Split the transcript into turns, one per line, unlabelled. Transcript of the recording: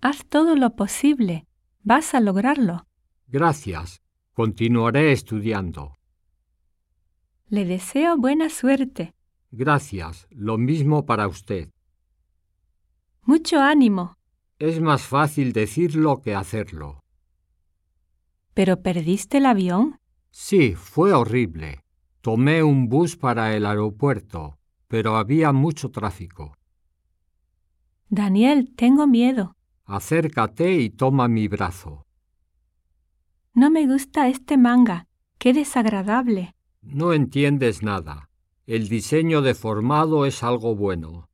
Haz todo lo posible. Vas a lograrlo.
Gracias. Continuaré estudiando.
Le deseo buena suerte.
Gracias. Lo mismo para usted.
Mucho ánimo.
Es más fácil decirlo que hacerlo.
¿Pero perdiste el avión?
Sí, fue horrible. Tomé un bus para el aeropuerto, pero había mucho tráfico.
Daniel, tengo miedo.
Acércate y toma mi brazo.
No me gusta este manga. Qué desagradable.
No entiendes nada. El diseño deformado es algo bueno.